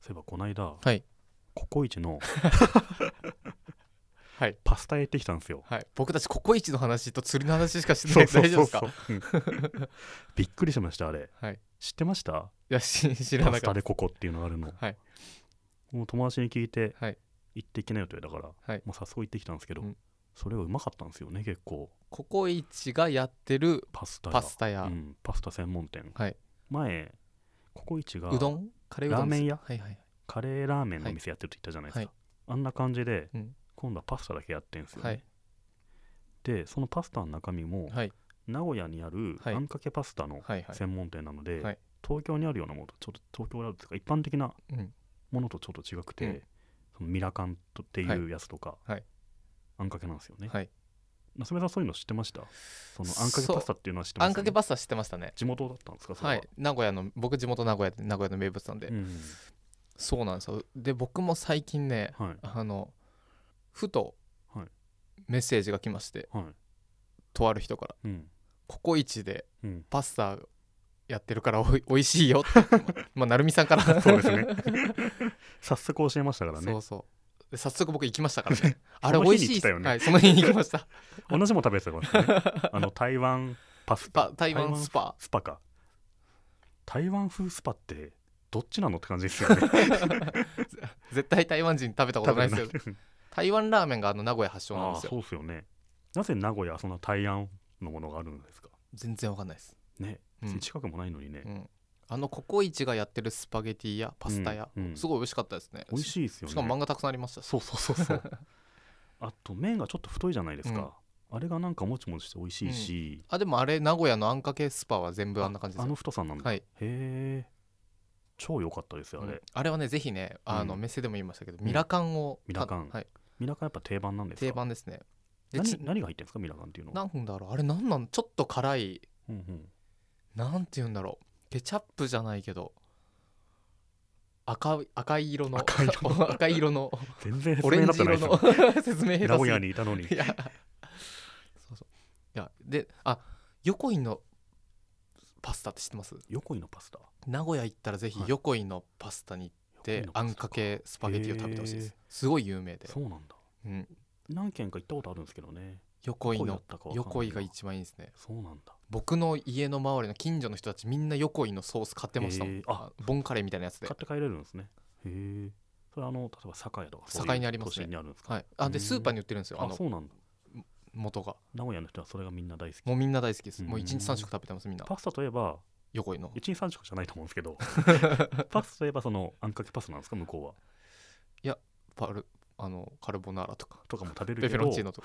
そういえばこの間はいココイチの はいパスタ屋行ってきたんですよはい、僕たちココイチの話と釣りの話しかしてない 大丈夫ですかそうそうそううんびっくりしましたあれはい知ってましたいやし知らパなスかタっでココっていうのがあるのはいもう友達に聞いてたはい行ってきなよと言われたから、はいもう早速行ってきたんですけど、うんそれがうまかったんですよね結構ココイチがやってるパスタがパスタや、うん、パスタ専門店、はい前ココイチがうどんカレーうどんですラーはいはいカレーラーメンの店やってるって言ったじゃないですか、はいあんな感じで、うん今度はパスタだけやってるんですよね、はいでそのパスタの中身も、はい名古屋にあるはいあんかけパスタのはいはい専門店なので、はい東京にあるようなものとちょっと東京にあるというか一般的なうんものとちょっと違くて、うんそのミラカンとっていうやつとか、はいあんかけなんですよね、はい夏目さんそういうの知ってましたそのあんかけパスタっていうのは知ってまあしんた、かけパスタ知ってましたね地元だったんですかそれはい名古屋の僕地元名古屋で名古屋の名物なんで、うんそうなんですよで僕も最近ねはいあのふとはいメッセージが来ましてはいとある人からうん「ココイチでうんパスタやってるからおいおいしいよ」って まあ成美さんか らそうですね早速教えましたからそねうそうで早速僕行きましたか らねあれそ美の味日にしい来っすたよねはいその日に行きました 同じもの食べてたからね あの台湾パスタパ台湾スパスパか台湾風スパってどっちなのって感じですよ ね絶対台湾人食べたことないですよ食べてない台湾ラーメンがあの名古屋発祥なんあであすそようですよねなぜ名古屋はそんな台湾のものがあるんですか全然わかんないです、ね、うん別に近くもないのにね、うん、あのココイチがやってるスパゲティやパスタや、うんうんすごい美味しかったですね美味しいですよねしかも漫画たくさんありましたしそうそうそうそう あと麺がちょっと太いじゃないですか、あれがなんかもちもちして美味しいし、あでもあれ名古屋のあんかけスパは全部あんな感じですあよの太さなんだ、はいへえ超良かったですよあれ、うんあれはねぜひねあの、うんメッセでも言いましたけどミラカンを、ミラカンはい、ミラカンやっぱ定番なんですか定番ですねでち何何が入ってるんですかミラカンっていうのは、なんだろうあれなんなんちょっと辛いうんうん、なんて言うんだろうケチャップじゃないけど赤い赤い色の赤い色 赤い色の全然説オレ明にンなっジてない色ですのよ 説明下手すぎ名古屋にいたのにいやそうそういやであ横井のパスタって知ってます横井のパスタ名古屋行ったらぜひはい横井のパスタに行って、横井のパあんスタかけスパゲティを食べてほしいでへすすごい有名で、そうなんだうん、何軒か行ったことあるんですけどね横井どこだのったかわかんないな横井が一番いいですねそうなんだ僕の家の周りの近所の人たちみんな横井のソース買ってましたもん、へーあボンカレーみたいなやつで買って帰れるんですねへえそれあの例えば酒屋とかそういう堺にあります都ね心にあるんですか、はい、あうでんスーパーに売ってるんですよああのそうなんだ元が名古屋の人はそれがみんな大好きもうみんな大好きですもううん1日3食食べてますみんなパスタといえば横井の1日3食じゃないと思うんです けどパスタといえばそのあんかけパスタなんですか向こうはパルあのカルボナーラとかとかも食べるペけペどロンチー食ノと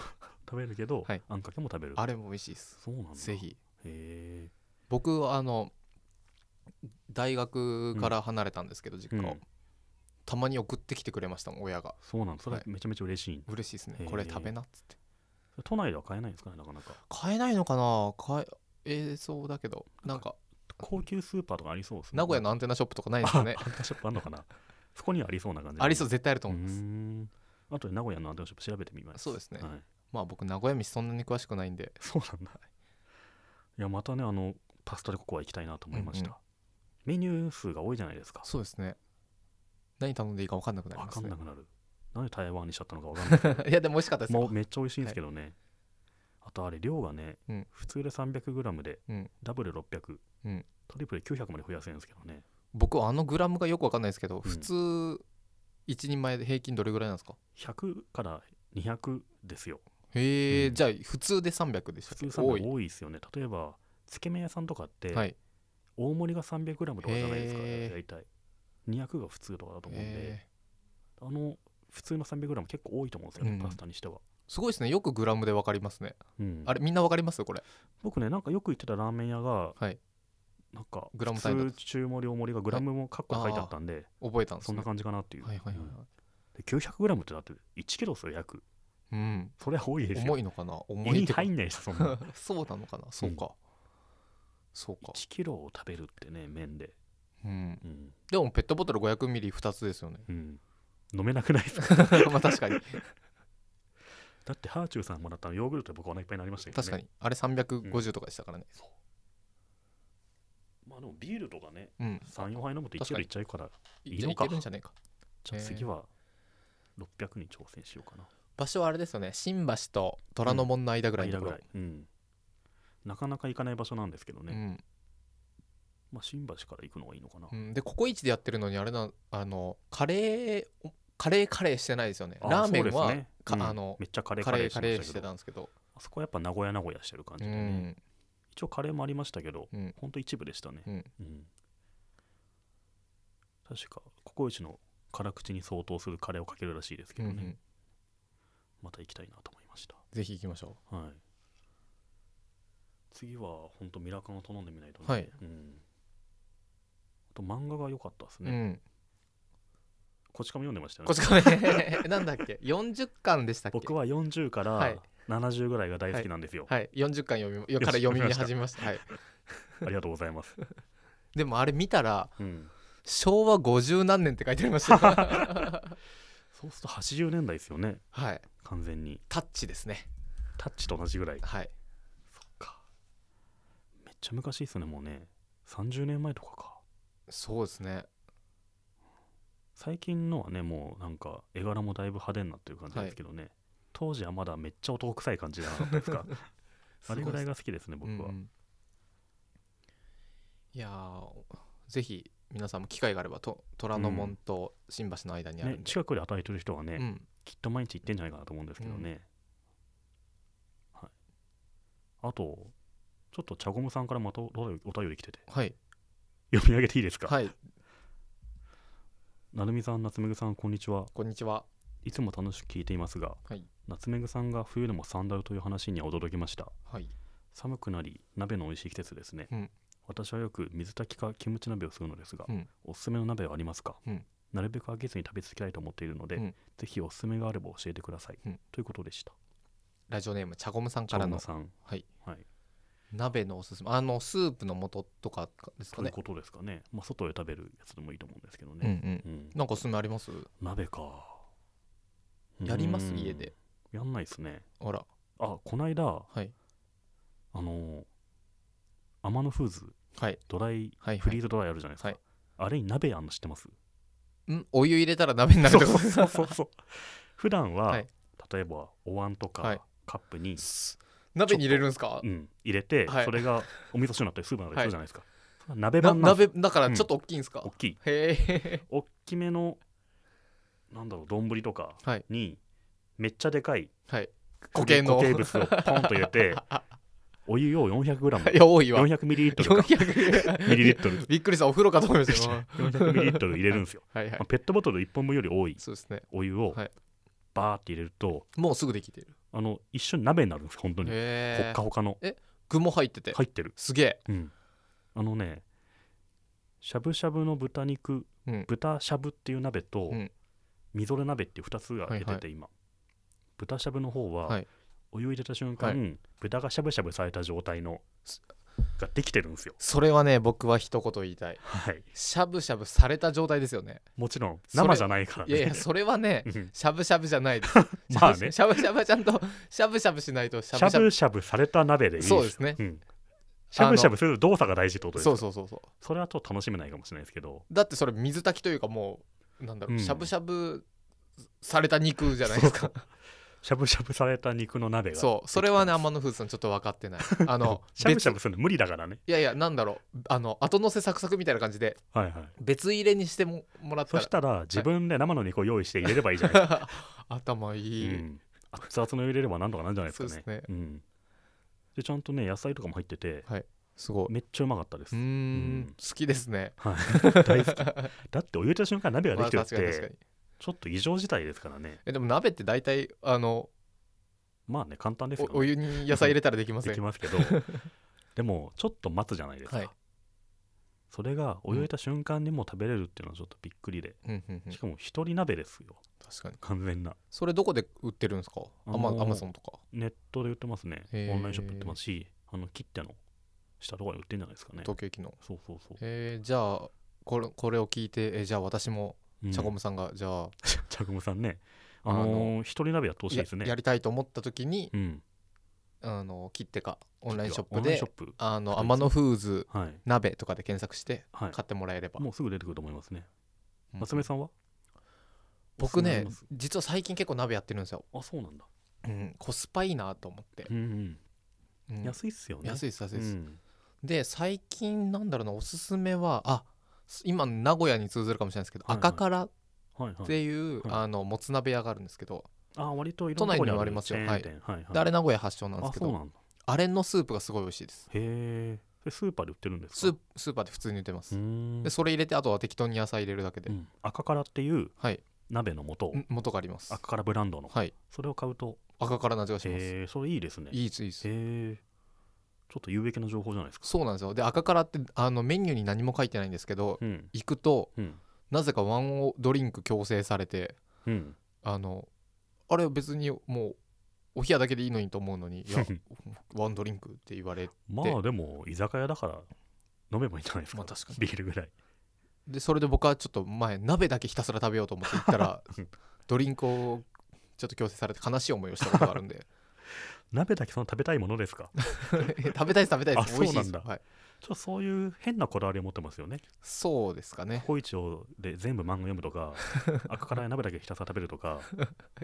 かべるけど、はいあんかけも食べるあれも美味しいですそうなんだぜひへえ僕はあの大学から離れたんですけど、実家を、うんたまに送ってきてくれましたもん親がそうなんだそれははいめちゃめちゃ嬉しいんだ、嬉しいですねへーこれ食べなっつって都内では買えないんですかねなかなか買えないのかな買ええーそうだけどなんか高級スーパーとかありそうですね名古屋のアンテナショップとかないですか ねあアンテナショップあんのかなそこにはありそうな感じありそうう絶対あると思います、んあとで名古屋のアンテナショップ調べてみますそうですねはい、まあ僕名古屋飯そんなに詳しくないんでそうなんだいやまたねあのパスタでここは行きたいなと思いました、うんメニュー数が多いじゃないですかそうですね何頼んでいいか分かんなくなり分まかすんねなくなるなんで台湾にしちゃったのか分かんない いやでも美味しかったですまよあめっちゃ美味しいんですけどね、あとあれ量がね、うん普通で 300g で、うんダブル600、うんトリプル900まで増やせるんですけどね僕はあのグラムがよくわかんないですけど、うん普通一人前で平均どれぐらいなんですか100から200ですよへえ、うんじゃあ普通で300でした普っ通け300多いですよね例えばつけ麺屋さんとかって、はい大盛りが 300g とかじゃないですか、へー大体200が普通とかだと思うんでへあの普通の 300g 結構多いと思うんですよね、うんパスタにしては、ーすごいですねよくグラムでわかりますね、うんあれみんなわかりますこれ僕ねなんかよく行ってたラーメン屋が、はいなんかグラム普単位だ通中盛り大盛りがグラムもカッコで書いてあったんで、覚えたんですそんねな感じかなっていう、はいはいはいうんはで 900g ってだって1キロですよ約いうん、それは多いですよ重いのかな重胃いっにてか入んないしそん なそうなのかなそうか、そうか、 1キロを食べるってね麺で、うん、うんでもペットボトル 500ml2 つですよ ねうん飲めなくないですかまあ確かにだってハーチューさんもらったのヨーグルトで僕お腹いっぱいになりましたけど、ね、確かにあれ350とかでしたからね、まあでもビールとかねうん34杯飲むと1キロいっちゃうからいいじゃあのいかけるんじゃないかじゃあへー次は600に挑戦しようかな場所はあれですよね新橋と虎ノ門の間ぐらい間のとぐころ、らい、うん、なかなか行かない場所なんですけどね、まあ、新橋から行くのがいいのかな、うんうん、でココイチでやってるのにあれなあのカレーカレーカレーしてないですよねあラーメンそうは、ですねかうんあのめっちゃカレーカカレレーーカしてレまーししたてけどたんですけどあそこはやっぱ名古屋名古屋してる感じうでね、ん一応カレーもありましたけど、うんほんと一部でしたね、うんうん確かココイチの辛口に相当するカレーをかけるらしいですけうどんうね、んまた行きたいなと思いましたぜひ行きましょはい次は本当ミラカンを頼んでみないとね、はいうん、あと漫画が良かったですう、ね、うんこち亀読んでましたよこねっちかねなんだ っけ40巻でしたっけ僕は40かはらい70ぐらいが大好きなんですよ、はい40巻読みよから読みに始めましたはい、ありがとうございます、でもあれ見たらうん、昭和50何年って書いてあり ましたよそうすると80年代ですよねはい完全にタッチですねタッチと同じぐらいはいめっちゃ昔ですねもうね30年前とかかそうですね最近のはねもうなんか絵柄もだいぶ派手になってる感じですけどね、当時はまだめっちゃ男臭い感じじゃなかったです かあれぐらいがが好きですね僕は、いやーぜひ皆さんも機会があればと虎ノ門と新橋の間にあるねん、で、近くで働いてる人はね、うんきっと毎日行ってんじゃないかなと思うんですけどね、はい、あとちょっと茶ゴムさんからまたお便りお便り来てて はい読み上げていいですか、はいなるみさん夏目ぐさんこんにちはこんにちはいつも楽しく聞いていますが、はい夏目ぐさんが冬でもサンダルという話には驚きましたはい寒くなり鍋の美味しい季節ですね、うん私はよく水炊きかキムチ鍋をするのですが、うんおすすめの鍋はありますか、うんなるべく飽きずに食べ続けたいと思っているので、うんぜひおすすめがあれば教えてください、うんということでしたラジオネームチャゴムさん茶かゴらのムさんはいはい鍋のおすすめあのスープの素とかですかそういうねことですかね。まあ、外で食べるやつでもいいと思うんですけどうんうね。んうんなんかおすすめあります鍋か。やりますうん家で。やんないですね。あらあ、こないだ、あはいのー、アマノフーズ、はいドライ、はいフリーズドライあるじゃないですか。はいあれに鍋あんの知って ますんお湯入れたら鍋になるってことですそうそうそう。普段は、はい例えば、お椀とか、はいカップに、鍋に入れるんですかうん、入れて、はいそれがお味噌汁になったりスープになったりするじゃないですか。それは鍋な版なんです鍋だからちょっと大きいんですか、大きい。へえ 大きめの、なんだろう、丼とかはいに、めっちゃでかいはい固形の固物をポンと入れ てお湯を 400g いや多いわ 400ml か400ミリリットル びっくりしたお風呂かと思いました今 400ml 入れるんですよ、 はいはいまあペットボトル1本分より多いそうですねお湯をはいバーって入れると、もうすぐできてるあの一緒に鍋になるんです本当にほへっえかほかの具も入ってて入ってる、すげえうん、あのねしゃぶしゃぶの豚肉、うん豚しゃぶっていう鍋と、うんみぞれ鍋っていう2つが出てて、はいは今豚しゃぶの方は、はいお湯入れた瞬間、豚がしゃぶしゃぶされた状態のができてるんですよそれはね僕は一言言いたいはいしゃぶしゃぶされた状態ですよねもちろんそれ生じゃないからいねやい やそれはねうんしゃぶしゃぶじゃないです まあねしゃぶしゃぶはちゃんとしゃぶしゃぶしないとししゃぶしゃぶされた鍋でいいそうですねうんしゃぶしゃぶする動作が大事ってことですそそうそうそうそうれはちょっと楽しめないかもしれないですけどだってそれ水炊きというかもうなんだろううんしゃぶしゃぶされた肉じゃないですかしゃぶしゃぶされた肉の鍋がそうそれはね天野風さんちょっと分かってないあの しゃぶしゃぶ別するの無理だからねいやいやなんだろうあの後乗せサクサクみたいな感じではいはい別入れにしてももらったそらしたら自分で生の肉を用意して入れればいいじゃないで頭 いすか、い、うん、熱々の入れればなんとかなんじゃないですかねそうですねん、でちゃんとね野菜とかも入っててすごいめっちゃうまかったでうす、ーんうん好きですねはい、 大好きだってお湯入れた瞬間鍋がで まあきてるっ確かに確かてにちょっと異常事態ですからねえでも鍋って大体あのまあね簡単ですよねおお湯に野菜入れたらできませできんますけどでもちょっと待つじゃないですか、はいそれがお湯入れた瞬間にもう食べれるっていうのはちょっとびっくりで、うんうんうんしかも一人鍋ですよ確かに完全なそれどこで売ってるんですかアマあのーアマゾンとかネットで売ってますねオへーンラインショップ売ってますしあの切っての下とかで売ってるんじゃないですかね東京駅のそうそうそう、えーじゃあこれこれを聞いてえーじゃあ私もうんチャコムさんがじゃあチャコムさんねあのーあ一人鍋やってほしいやですねやりたいと思った時にうんあの切手かオンラインショッオプンラインでショップあの買え天ます野フーズはい鍋とかで検索してはい買ってもらえれば、もうすぐ出てくると思いますねうん夏目さんは僕おすすめありねます実は最近結構鍋やってるんですよ、あそうなんだうん、コスパいいなと思ってう、んううんん安いっすよね安いいです安いです、うんで最近なんだろうなおすすめはあす今名古屋に通ずるかもしれないですけど、はいはい赤からっはいはいていう、はいはいあのもつ鍋屋があるんですけど、あ割といろんなとこ都内にもにあありりまますすよよ。チェーン店はいはいであれ名古屋発祥なんですあけそうどなんだあれのスープがすごい美味しいですへえそれスーパーで売ってるんですかスープスーパーで普通に売ってます、うーんでそれ入れてあとは適当に野菜入れるだけで、うん赤からっていうはい鍋の素をん元があります赤からブランドのはいそれを買うと赤からの味がします、へえそれいいですねへいいですいいですえちょっと有益な情報じゃないですかそうなんですよで赤からってあのメニューに何も書いてないんですけど、うん行くとうんなぜかワンオドリンク強制されてうんあのあれは別にもうお冷やだけでいいのにと思うのに いやワンドリンクって言われまあでも居酒屋だから飲めばいいんじゃないですまかあ確かにビールぐらいでそれで僕はちょっと前鍋だけひたすら食べようと思って行ったらドリンクをちょっと強制されて悲しい思いをしたことがあるんで鍋だけその食べたいものです か 食べたいです食べたいであす美味しいですそうなんだはい、ちょっとそういう変なこだわりを持ってますよねそうですかね コイチをで全部漫画読むと か赤から鍋だけひたすら食べるとか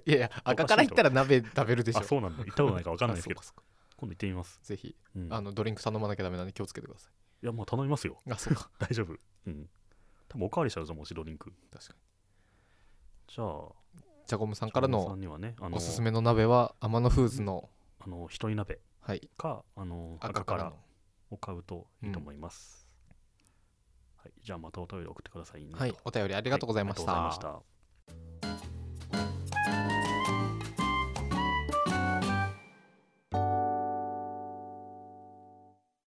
いやいや赤から行ったら鍋食べるでしょあそうなんだ行ったことないから分かんないですけどあそうかそう今度行ってみますかぜひうんあのドリンク頼まなきゃダメなんで気をつけてくださいやもう頼みますよ いあそうか大丈夫うん多分おかわりしちゃうぞもしドリンク確かにじゃあジャコムさんから小野さのんにはねあのおすすめの鍋は天野フーズの、あの一人鍋はい、かあの赤赤かかららのを買うといいと思います、はい、じゃあまたお便り送ってくださいねはい、お便りありがとうございました。はいありがとうございました